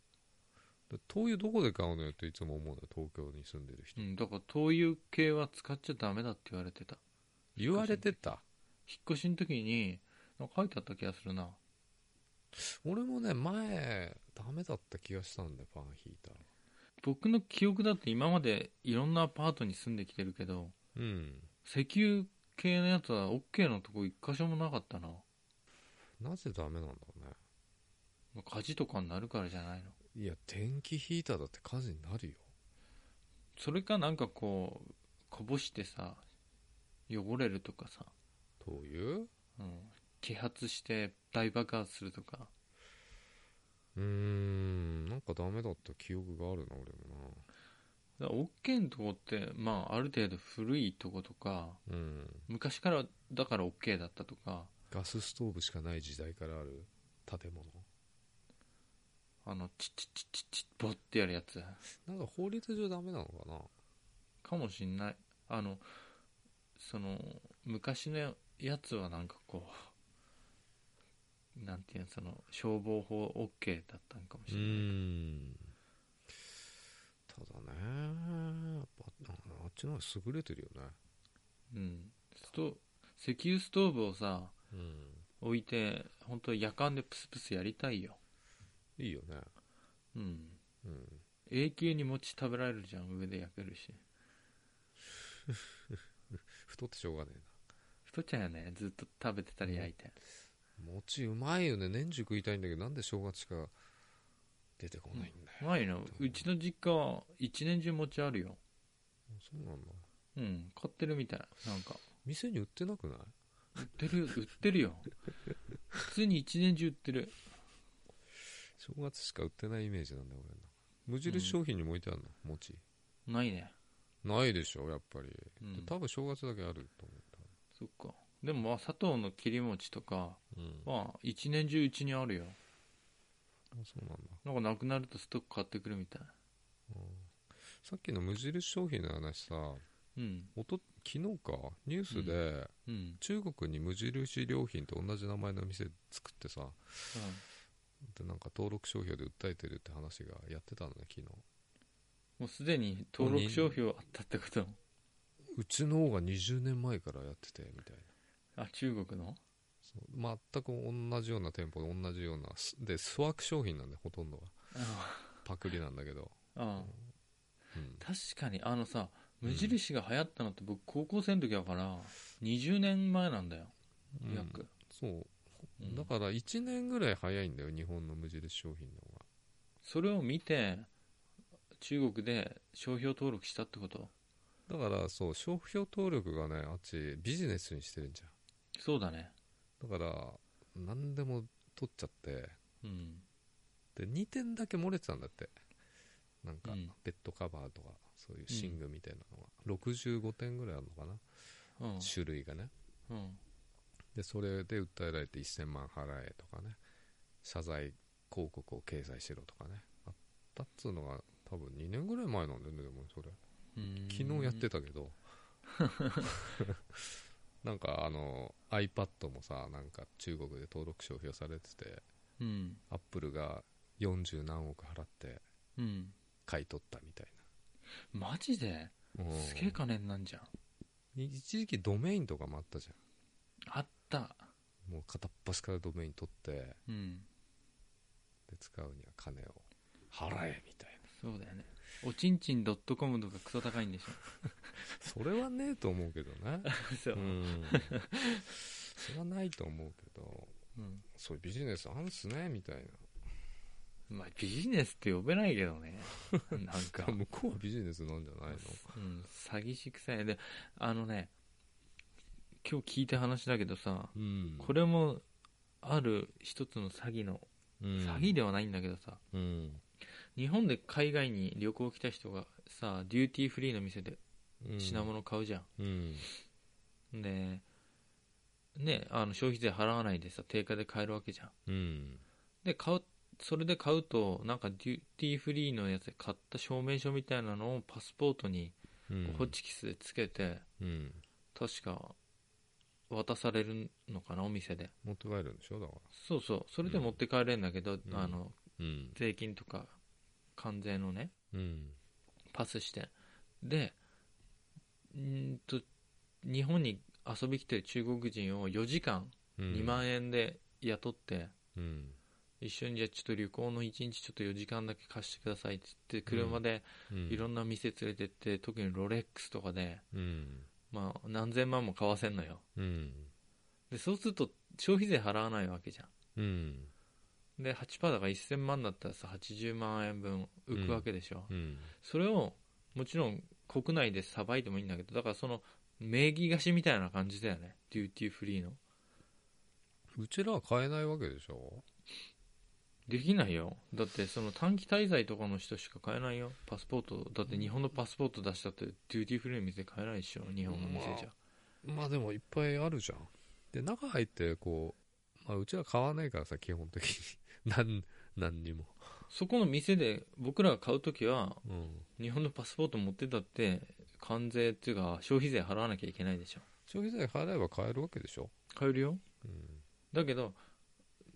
Speaker 1: で灯油どこで買うのよっていつも思うのよ東京に住んでる人
Speaker 2: うんだから灯油系は使っちゃダメだって言われてた
Speaker 1: 言われてた
Speaker 2: 引っ越しの時になんか書いてあった気がするな
Speaker 1: 俺もね前ダメだった気がしたんだよファンヒーター
Speaker 2: 僕の記憶だって今までいろんなアパートに住んできてるけど
Speaker 1: うん
Speaker 2: 石油系のやつは OK のとこ一箇所もなかったな
Speaker 1: なぜダメなんだろうね
Speaker 2: 火事とかになるからじゃないの
Speaker 1: いや電気ヒーターだって火事になるよ
Speaker 2: それかなんかこうこぼしてさ汚れるとかさ、
Speaker 1: 灯油
Speaker 2: うん、揮発して大爆発するとか
Speaker 1: うーんなんかダメだった記憶があるな俺も
Speaker 2: だから OK のとこって、まあ、ある程度古いとことか
Speaker 1: なうん
Speaker 2: 昔からだから OK だったとか
Speaker 1: ガスストーブしかない時代からある建物
Speaker 2: あのチッチッチッチッチッボッってやるやつ
Speaker 1: なんか法律上ダメなのかな
Speaker 2: かもしんないあのその昔のやつはなんかこうなんていうのその消防法 OK だったんかも
Speaker 1: う
Speaker 2: しれない、
Speaker 1: んただねやっぱああっちの方が優れてるよね
Speaker 2: うん、スト石油ストーブをさ
Speaker 1: うん
Speaker 2: 置いて本当は夜間でプスプスやりたいよ、
Speaker 1: いいよね
Speaker 2: うん、
Speaker 1: うん
Speaker 2: 永久に餅食べられるじゃん上で焼けるし
Speaker 1: 太ってしょうがねえな
Speaker 2: 太っちゃうよねずっと食べてたり焼いて、
Speaker 1: 餅うまいよね年中食いたいんだけどなんで正月しか出てこないんだよ、
Speaker 2: ないなうちの実家は一年中餅あるよ
Speaker 1: そうなんだ
Speaker 2: うん買ってるみたいなんか
Speaker 1: 店に売ってなくない
Speaker 2: 売ってる売ってるよ普通に一年中売ってる
Speaker 1: 正月しか売ってないイメージなんだよ俺の無印商品にも置いてあるの、餅
Speaker 2: ないね
Speaker 1: ないでしょやっぱり、
Speaker 2: うん
Speaker 1: で多分正月だけあると思
Speaker 2: そっかでもまあ佐藤の切り餅とか
Speaker 1: う、うん、
Speaker 2: は一年中うちにあるよ
Speaker 1: あそうなんだ
Speaker 2: なんかなくなるとストック買ってくるみたい
Speaker 1: さっきの無印商品の話さ
Speaker 2: うん
Speaker 1: おと昨日かニュースで、
Speaker 2: うん
Speaker 1: 中国に無印良品と同じ名前の店作ってさでなんか登録商標で訴えてるって話がやってたのね昨日
Speaker 2: もうすでに登録商標あったってこと
Speaker 1: うちの方が20年前からやっててみたいな
Speaker 2: あ中国の
Speaker 1: そう全く同じような店舗で同じようなすでスワーク商品なんでほとんどは
Speaker 2: あ
Speaker 1: パクリなんだけど、
Speaker 2: あ
Speaker 1: うん、
Speaker 2: 確かにあのさ
Speaker 1: うん
Speaker 2: 無印が流行ったのって僕高校生の時だから20年前なんだよ
Speaker 1: うん
Speaker 2: 約、
Speaker 1: そう
Speaker 2: うん
Speaker 1: だから1年ぐらい早いんだよ日本の無印商品の方が
Speaker 2: それを見て中国で商標登録したってこと
Speaker 1: だからそう商標登録がねあっちビジネスにしてるんじゃ
Speaker 2: そうだね
Speaker 1: んだから何でも取っちゃって
Speaker 2: うん
Speaker 1: で2点だけ漏れてたんだってなんか
Speaker 2: うん
Speaker 1: ベッドカバーとかそういう寝具みたいなのが、65点ぐらいあるのかな、
Speaker 2: うん
Speaker 1: 種類がね
Speaker 2: うん
Speaker 1: でそれで訴えられて1000万払えとかね謝罪広告を掲載しろとかねあったっつうのが多分2年ぐらい前なんだよねでもそれ
Speaker 2: うん
Speaker 1: 昨日やってたけど なんかあの iPad もさなんか中国で登録商標されてて
Speaker 2: うん
Speaker 1: アップルが40何億払って
Speaker 2: うん
Speaker 1: 買い取ったみたい
Speaker 2: マジで
Speaker 1: なうん
Speaker 2: すげえ金になんじゃん
Speaker 1: 一時期ドメインとかもあったじゃ
Speaker 2: あった
Speaker 1: んもう片っ端からドメイン取ってで
Speaker 2: うん
Speaker 1: 使うには金を払えみたいな
Speaker 2: そうだよねおちんちん .com とかクソ高いん でしょ
Speaker 1: それはねえと思うけどね
Speaker 2: そう
Speaker 1: う、んそれはないと思うけど
Speaker 2: うん
Speaker 1: そういうビジネスあんすねみたいな
Speaker 2: まあビジネスって呼べないけど ねなんか
Speaker 1: 向こうはビジネスなんじゃないの
Speaker 2: うん、詐欺師くさいであのね今日聞いた話だけどさ、
Speaker 1: うん
Speaker 2: これもある一つの詐欺の、
Speaker 1: うん
Speaker 2: 詐欺ではないんだけどさ
Speaker 1: うん
Speaker 2: 日本で海外に旅行来た人がさデューティーフリーの店で
Speaker 1: うん
Speaker 2: 品物買うじゃん、
Speaker 1: うん
Speaker 2: でねあの消費税払わないでさ定価で買えるわけじゃん
Speaker 1: うん
Speaker 2: で買うそれで買うとなんかデューティーフリーのやつで買った証明書みたいなのをパスポートに
Speaker 1: うん
Speaker 2: ホチキスでつけて、
Speaker 1: うん
Speaker 2: 確か渡されるのかなお店で
Speaker 1: 持って帰るんでしょだから
Speaker 2: そうそうそれで持って帰れるんだけど、
Speaker 1: ん
Speaker 2: あの
Speaker 1: うん
Speaker 2: 税金とか関税のね
Speaker 1: うん
Speaker 2: パスしてでんーと日本に遊び来てる中国人を4時間2万円で雇って、
Speaker 1: うん
Speaker 2: 一緒にじゃあちょっと旅行の1日ちょっと4時間だけ貸してくださいって言って車で
Speaker 1: うん
Speaker 2: いろんな店連れてって、特にロレックスとかで、
Speaker 1: うん
Speaker 2: まあ、何千万も買わせんのよ
Speaker 1: うん
Speaker 2: でそうすると消費税払わないわけじゃ
Speaker 1: う
Speaker 2: ん
Speaker 1: ん
Speaker 2: で8%だから1000万だったらさ80万円分浮くわけでしょ、
Speaker 1: うん
Speaker 2: それをもちろん国内でさばいてもいいんだけどだからその名義貸しみたいな感じだよねデューティーフリーの
Speaker 1: うちらは買えないわけでしょ
Speaker 2: できないよだってその短期滞在とかの人しか買えないよパスポートだって日本のパスポート出したってデューティーフリーの店買えないでしょ日本の店じゃ、
Speaker 1: まあでもいっぱいあるじゃんで中入ってこう、まあ、うちら買わないからさ基本的に なん何にも
Speaker 2: そこの店で僕らが買うときは
Speaker 1: うん
Speaker 2: 日本のパスポート持ってたって関税っていうか消費税払わなきゃいけないでしょ
Speaker 1: 消費税払えば買えるわけでしょ
Speaker 2: 買えるよ
Speaker 1: うん
Speaker 2: だけど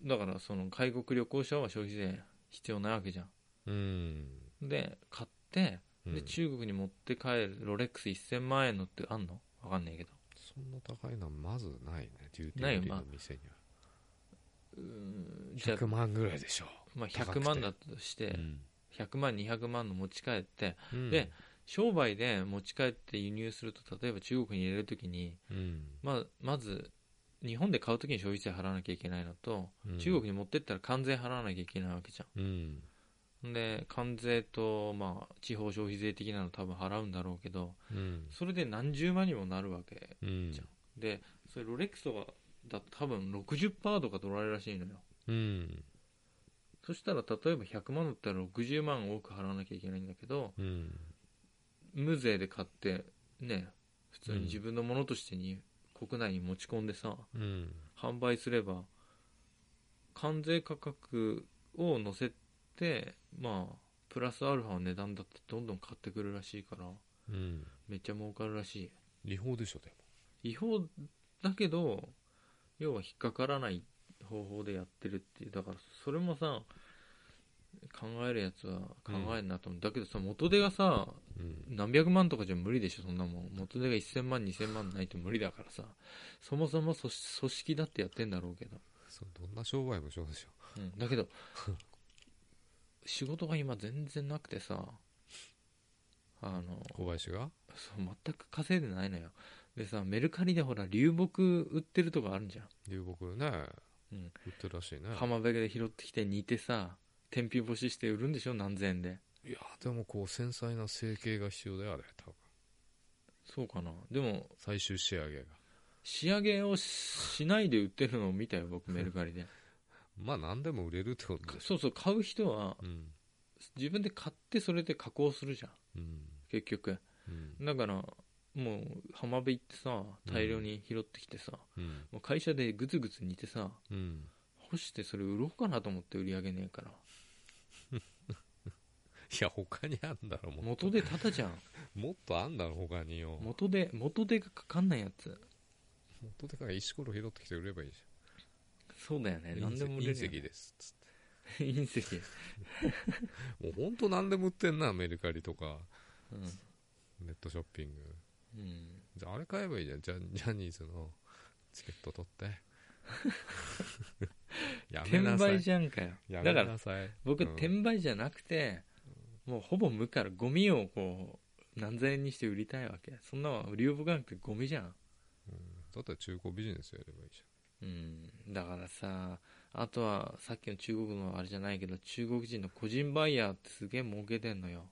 Speaker 2: だからその外国旅行者は消費税必要ないわけじゃ
Speaker 1: うん
Speaker 2: んで買って
Speaker 1: うん
Speaker 2: で中国に持って帰るロレックス1000万円のってあんのわかんないけど
Speaker 1: そんな高いのはまずないねデューティ
Speaker 2: ない
Speaker 1: ー
Speaker 2: よ
Speaker 1: フリー
Speaker 2: まあ
Speaker 1: の店には、
Speaker 2: うーんじゃあ
Speaker 1: 100万ぐらいでしょ
Speaker 2: まあ、
Speaker 1: 高くて
Speaker 2: 100万だとして
Speaker 1: うん
Speaker 2: 100万200万の持ち帰って
Speaker 1: うん
Speaker 2: で商売で持ち帰って輸入すると例えば中国に入れるときに
Speaker 1: うん
Speaker 2: まあまず日本で買う時に消費税払わなきゃいけないのと、
Speaker 1: うん
Speaker 2: 中国に持ってったら関税払わなきゃいけないわけじ
Speaker 1: うん
Speaker 2: ゃんで関税と、まあ、地方消費税的なの多分払うんだろうけど
Speaker 1: うん
Speaker 2: それで何十万にもなるわけ
Speaker 1: うん
Speaker 2: じゃでそれロレックスとかだと多分60%とか取られるらしいのよ
Speaker 1: うん
Speaker 2: そしたら例えば100万だったら60万多く払わなきゃいけないんだけど
Speaker 1: うん
Speaker 2: 無税で買ってね普通に
Speaker 1: うん
Speaker 2: 自分のものとしてに、国内に持ち込んでさ
Speaker 1: うん
Speaker 2: 販売すれば関税価格を乗せてまあプラスアルファの値段だってどんどん買ってくるらしいから
Speaker 1: うん
Speaker 2: めっちゃ儲かるらし
Speaker 1: 違法でしょで
Speaker 2: い違法だけど要は引っかからない方法でやってるっていうだからそれもさ考えるやつは考えんなと思う、だけどさ元手がさ
Speaker 1: もうん
Speaker 2: 何百万とかじゃ無理でしょそんなもん元手が1000万2000万ないと無理だからさそもそも組組織だってやってんだろうけど、
Speaker 1: そうどんな商売もそうでしょ
Speaker 2: うん、だけど仕事が今全然なくてさあの
Speaker 1: 小林が
Speaker 2: そう全く稼いでないのよでさメルカリでほら流木売ってるとこあるじゃん、
Speaker 1: 流木ね
Speaker 2: うん、
Speaker 1: 売ってるらしいね
Speaker 2: 浜辺で拾ってきて煮てさ天日干しして売るんでしょ何千円で
Speaker 1: いやでもこう繊細な成形が必要だよあれ多分
Speaker 2: そうかなでも
Speaker 1: 最終仕上げが
Speaker 2: 仕上げをしないで売ってるのを見たよ僕メルカリ で
Speaker 1: まあ何でも売れるってことでしょ
Speaker 2: そうそう買う人は
Speaker 1: うん
Speaker 2: 自分で買ってそれで加工するじゃん
Speaker 1: うん
Speaker 2: 結局
Speaker 1: うん
Speaker 2: だからもう浜辺行ってさ大量に拾ってきてさ、
Speaker 1: うん
Speaker 2: もう会社でグツグツ煮てさ
Speaker 1: うん
Speaker 2: 干してそれ売ろうかなと思って売り上げねえから
Speaker 1: いや他にあんだろもっと
Speaker 2: 元でタダじゃん
Speaker 1: もっとあんだろ他によ
Speaker 2: 元で元でがかかんないやつ
Speaker 1: 元手から石ころ拾ってきて売ればいいじ
Speaker 2: そうだよね
Speaker 1: ゃん
Speaker 2: 何でも売れ
Speaker 1: 隕石隕石
Speaker 2: るよね
Speaker 1: ですつっ
Speaker 2: 隕石、
Speaker 1: てもう本当何でも売ってんなメルカリとか
Speaker 2: うん
Speaker 1: ネットショッピング
Speaker 2: うん、
Speaker 1: じゃああれ買えばいいじゃんジャジャニーズのチケット取って やめ
Speaker 2: 転
Speaker 1: なさ
Speaker 2: 売
Speaker 1: い
Speaker 2: じゃんかよ
Speaker 1: やめ
Speaker 2: だから
Speaker 1: なさい
Speaker 2: 僕、
Speaker 1: うん
Speaker 2: 転売じゃなくてもうほぼ無からゴミをこう何千円にして売りたいわけそんなの流木なんてゴミじゃん
Speaker 1: だったら中古ビジネスやればいいじ
Speaker 2: うんだからさあとはさっきの中国のあれじゃないけど中国人の個人バイヤーってすげえ儲けてんのよ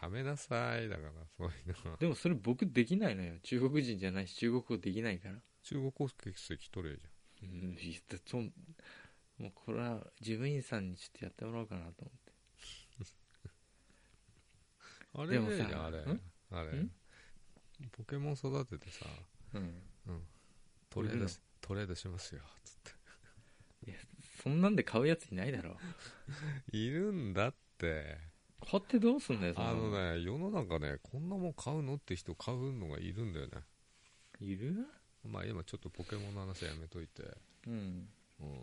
Speaker 1: ゃんやめなさいだからそういうのは
Speaker 2: でもそれ僕できないのよ中国人じゃないし中国語できないから
Speaker 1: 中国国籍取れじ
Speaker 2: うんいやだそんもうこれは事務員さんにちょっとやってもらおうかなと思って
Speaker 1: ゃんあ
Speaker 2: で
Speaker 1: れ
Speaker 2: も
Speaker 1: ね
Speaker 2: さ
Speaker 1: あれ
Speaker 2: ん
Speaker 1: あれ
Speaker 2: ん
Speaker 1: ポケモン育ててさ
Speaker 2: うん
Speaker 1: トレー
Speaker 2: 売れ
Speaker 1: ド
Speaker 2: る
Speaker 1: しトレードしますよつっ
Speaker 2: そんなんで買うやついないだろ
Speaker 1: ているんだって
Speaker 2: 買ってどうすんだよそんな
Speaker 1: あの
Speaker 2: の
Speaker 1: ね世の中ねこんなもん買うのって人買うのがいるんだよね
Speaker 2: いる
Speaker 1: まあ今ちょっとポケモンの話やめといて、
Speaker 2: うん
Speaker 1: うん、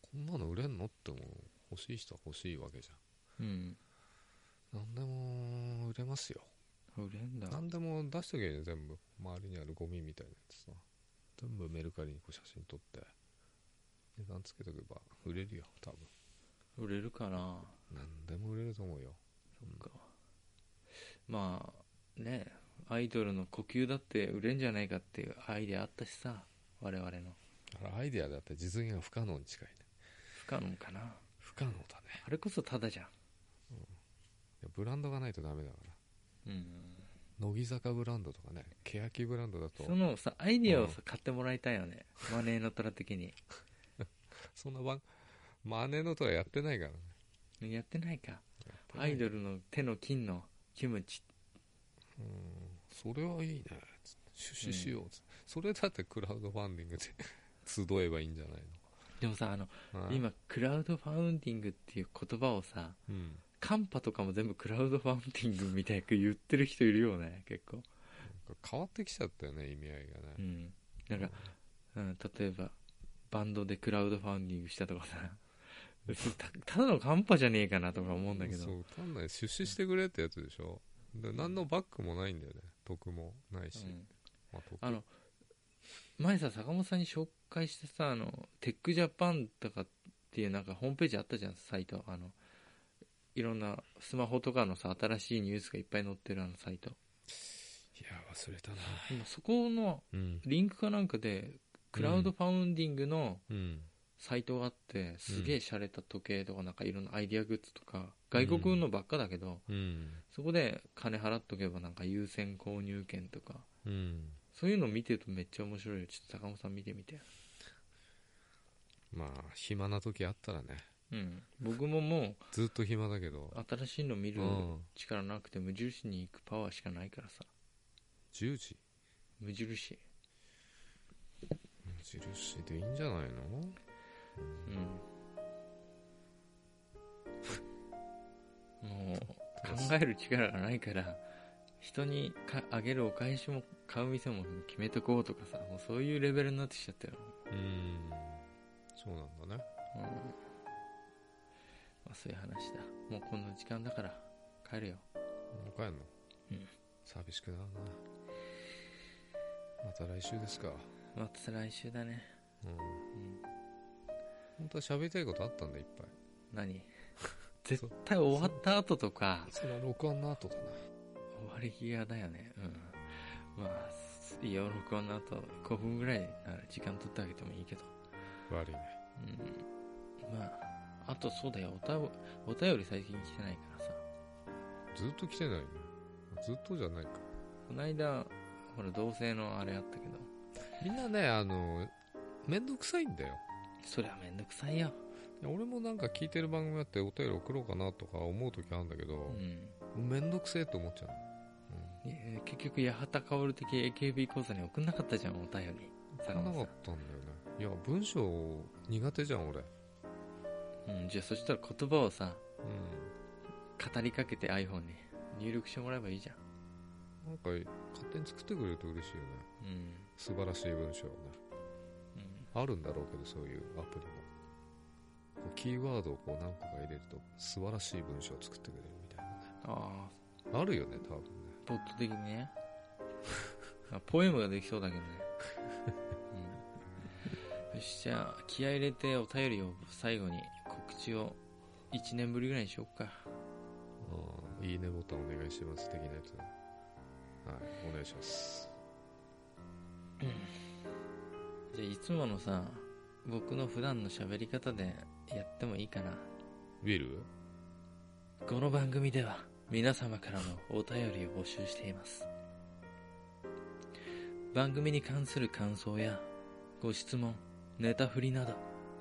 Speaker 1: こんなの売れんのってもう欲しい人は欲しいわけじ
Speaker 2: うん
Speaker 1: ゃん何でも売れますよ
Speaker 2: 売れんだ
Speaker 1: 何でも出しとけばいいね全部周りにあるゴミみたいなやつさ全部メルカリにこう写真撮って値段つけとけば売れるよ多分
Speaker 2: 売れるかな
Speaker 1: 何でも売れると思うよ
Speaker 2: かまあねアイドルの呼吸だって売れんじゃないかっていうアイデアあったしさ我々
Speaker 1: あ
Speaker 2: の
Speaker 1: れアイデアだって実現は不可能に近いね
Speaker 2: 不可能かな
Speaker 1: 不可能だね
Speaker 2: あれこそタダじゃん
Speaker 1: いやブランドがないとダメだから
Speaker 2: うん
Speaker 1: 乃木坂ブランドとかね欅ブランドだと
Speaker 2: そのさアイデアをさ買ってもらいたいよねマネーの虎的に
Speaker 1: そんな番真似のとはやってないからね
Speaker 2: やってないかアイドルの手の金のキムチ
Speaker 1: うんそれはいいねつって出資しようつって、それだってクラウドファンディングで 集えばいいんじゃない
Speaker 2: でもさあの
Speaker 1: の、はい、
Speaker 2: 今クラウドファウンディングっていう言葉をさ
Speaker 1: うん
Speaker 2: カンパとかも全部クラウドファウンディングみたいに言ってる人いるよね結構
Speaker 1: 変わってきちゃったよね意味合いがね、
Speaker 2: うん、なんか、うん、例えばバンドでクラウドファンディングしたとかさた ただのカンパじゃねえかなとか思うんだけど
Speaker 1: そう単なる出資してくれってやつでしょで何のバックもないんだよね得もないし、
Speaker 2: うん
Speaker 1: まあ、得
Speaker 2: あの前さ坂本さんに紹介してさあのテックジャパンとかっていうなんかホームページあったじゃんサイトあのいろんなスマホとかのさ新しいニュースがいっぱい載ってるあのサイト
Speaker 1: いや忘れたな
Speaker 2: 今そこの
Speaker 1: うん
Speaker 2: リンクかなんかでクラウドファウンディングの
Speaker 1: うん
Speaker 2: サイトがあってすげえ洒落た時計とかなんかいろんなアイディアグッズとか外国のばっかだけど
Speaker 1: うん
Speaker 2: そこで金払っとけばなんか優先購入券とか
Speaker 1: うん
Speaker 2: そういうの見てるとめっちゃ面白いよちょっと坂本さん見てみて
Speaker 1: まあ暇な時あったらね
Speaker 2: うん僕もも
Speaker 1: ずっと暇だけど
Speaker 2: う新しいの見る
Speaker 1: うん
Speaker 2: 力なくて無印に行くパワーしかないからさ
Speaker 1: 10時
Speaker 2: 無印
Speaker 1: 無印でいいんじゃないの
Speaker 2: うんもう考える力がないから人にかあげるお返しも買う店も決めとこうとかさもうそういうレベルになってきちゃったよ、
Speaker 1: うんそうなんだね
Speaker 2: うんまあ、そういう話だもうこの時間だから帰るよ
Speaker 1: もう帰んの
Speaker 2: うん
Speaker 1: 寂しくなるなまた来週ですか
Speaker 2: また来週だね
Speaker 1: うん
Speaker 2: うん
Speaker 1: 本当は喋りたいことあったんだいっぱい
Speaker 2: 何絶対終わった後とか
Speaker 1: それは録音の後だな
Speaker 2: 終わり際だよねうんまあすいいよ録音の後5分ぐらいなら時間取ってあげてもいいけど
Speaker 1: 悪いね
Speaker 2: うんまああとそうだよおたお便り最近来てないからさ
Speaker 1: ずっと来てないねずっとじゃないか
Speaker 2: この間ほら同性のあれあったけど
Speaker 1: みんなねあのめんどくさいんだよ
Speaker 2: そりゃめんどくさいよ
Speaker 1: いや俺もなんか聞いてる番組あってお便り送ろうかなとか思う時あるんだけ
Speaker 2: う
Speaker 1: ど、
Speaker 2: ん
Speaker 1: めんどくせえと思っちゃう、
Speaker 2: いや結局八幡薫的 AKB 講座に送んなかったじゃんお便り
Speaker 1: う
Speaker 2: 坂
Speaker 1: ん、な
Speaker 2: 本
Speaker 1: か
Speaker 2: さ
Speaker 1: ったんだよねいや文章苦手じゃん俺
Speaker 2: ん、うん、じゃあそしたら言葉をさ
Speaker 1: う
Speaker 2: 語りかけて iPhone に入力してもらえばいいじゃ
Speaker 1: ん
Speaker 2: ん
Speaker 1: なんか勝手に作ってくれると嬉しいよね
Speaker 2: うん、
Speaker 1: 素晴らしい文章をね
Speaker 2: うん、
Speaker 1: あるんだろうけどそういうアプリもこうキーワードをこう何個か入れると素晴らしい文章を作ってくれるみたい
Speaker 2: ああ
Speaker 1: なねあるよね多分ね
Speaker 2: ポット的にね あポエムができそうだけどね、うん、よしじゃあ気合い入れてお便りを最後に告知を1年ぶりぐらいにしよっか
Speaker 1: あーいいねボタンお願いします的なやつはいお願いします
Speaker 2: じゃあいつものさ僕の普段の喋り方でやってもいいかな
Speaker 1: ウィル
Speaker 2: この番組では皆様からのお便りを募集しています番組に関する感想やご質問ネタ振りなど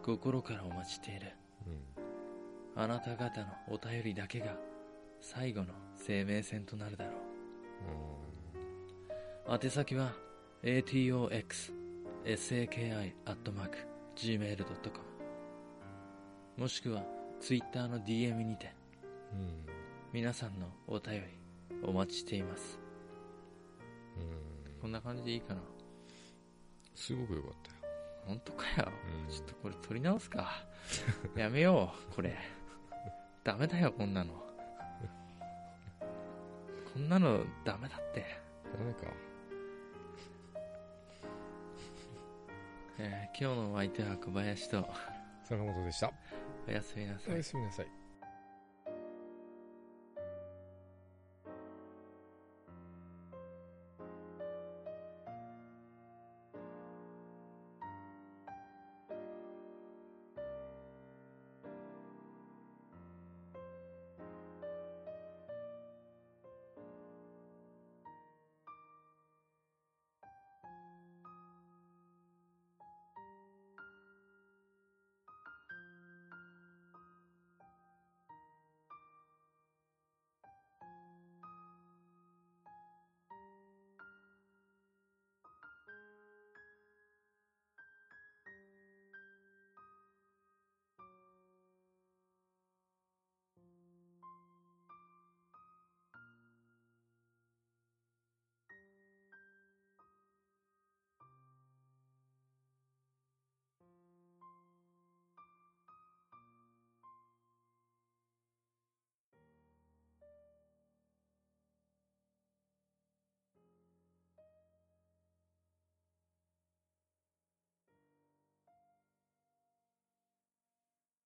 Speaker 2: 心からお待ちしている
Speaker 1: うん
Speaker 2: あなた方のお便りだけが最後の生命線となるだろう宛先は atoxsaki.gmail.com もしくは Twitter の DM にて
Speaker 1: うんうん
Speaker 2: 皆さんのお便りお待ちしています
Speaker 1: うん
Speaker 2: こんな感じでいいかな
Speaker 1: すごく良かったよ
Speaker 2: 本当かよ
Speaker 1: うん
Speaker 2: ちょっとこれ撮り直すかやめようこれダメだよこんなのこんなのダメだって
Speaker 1: ダメか
Speaker 2: えー今日のお相手は小林と
Speaker 1: 坂本でした
Speaker 2: おやすみなさ
Speaker 1: お
Speaker 2: い
Speaker 1: やすみなさい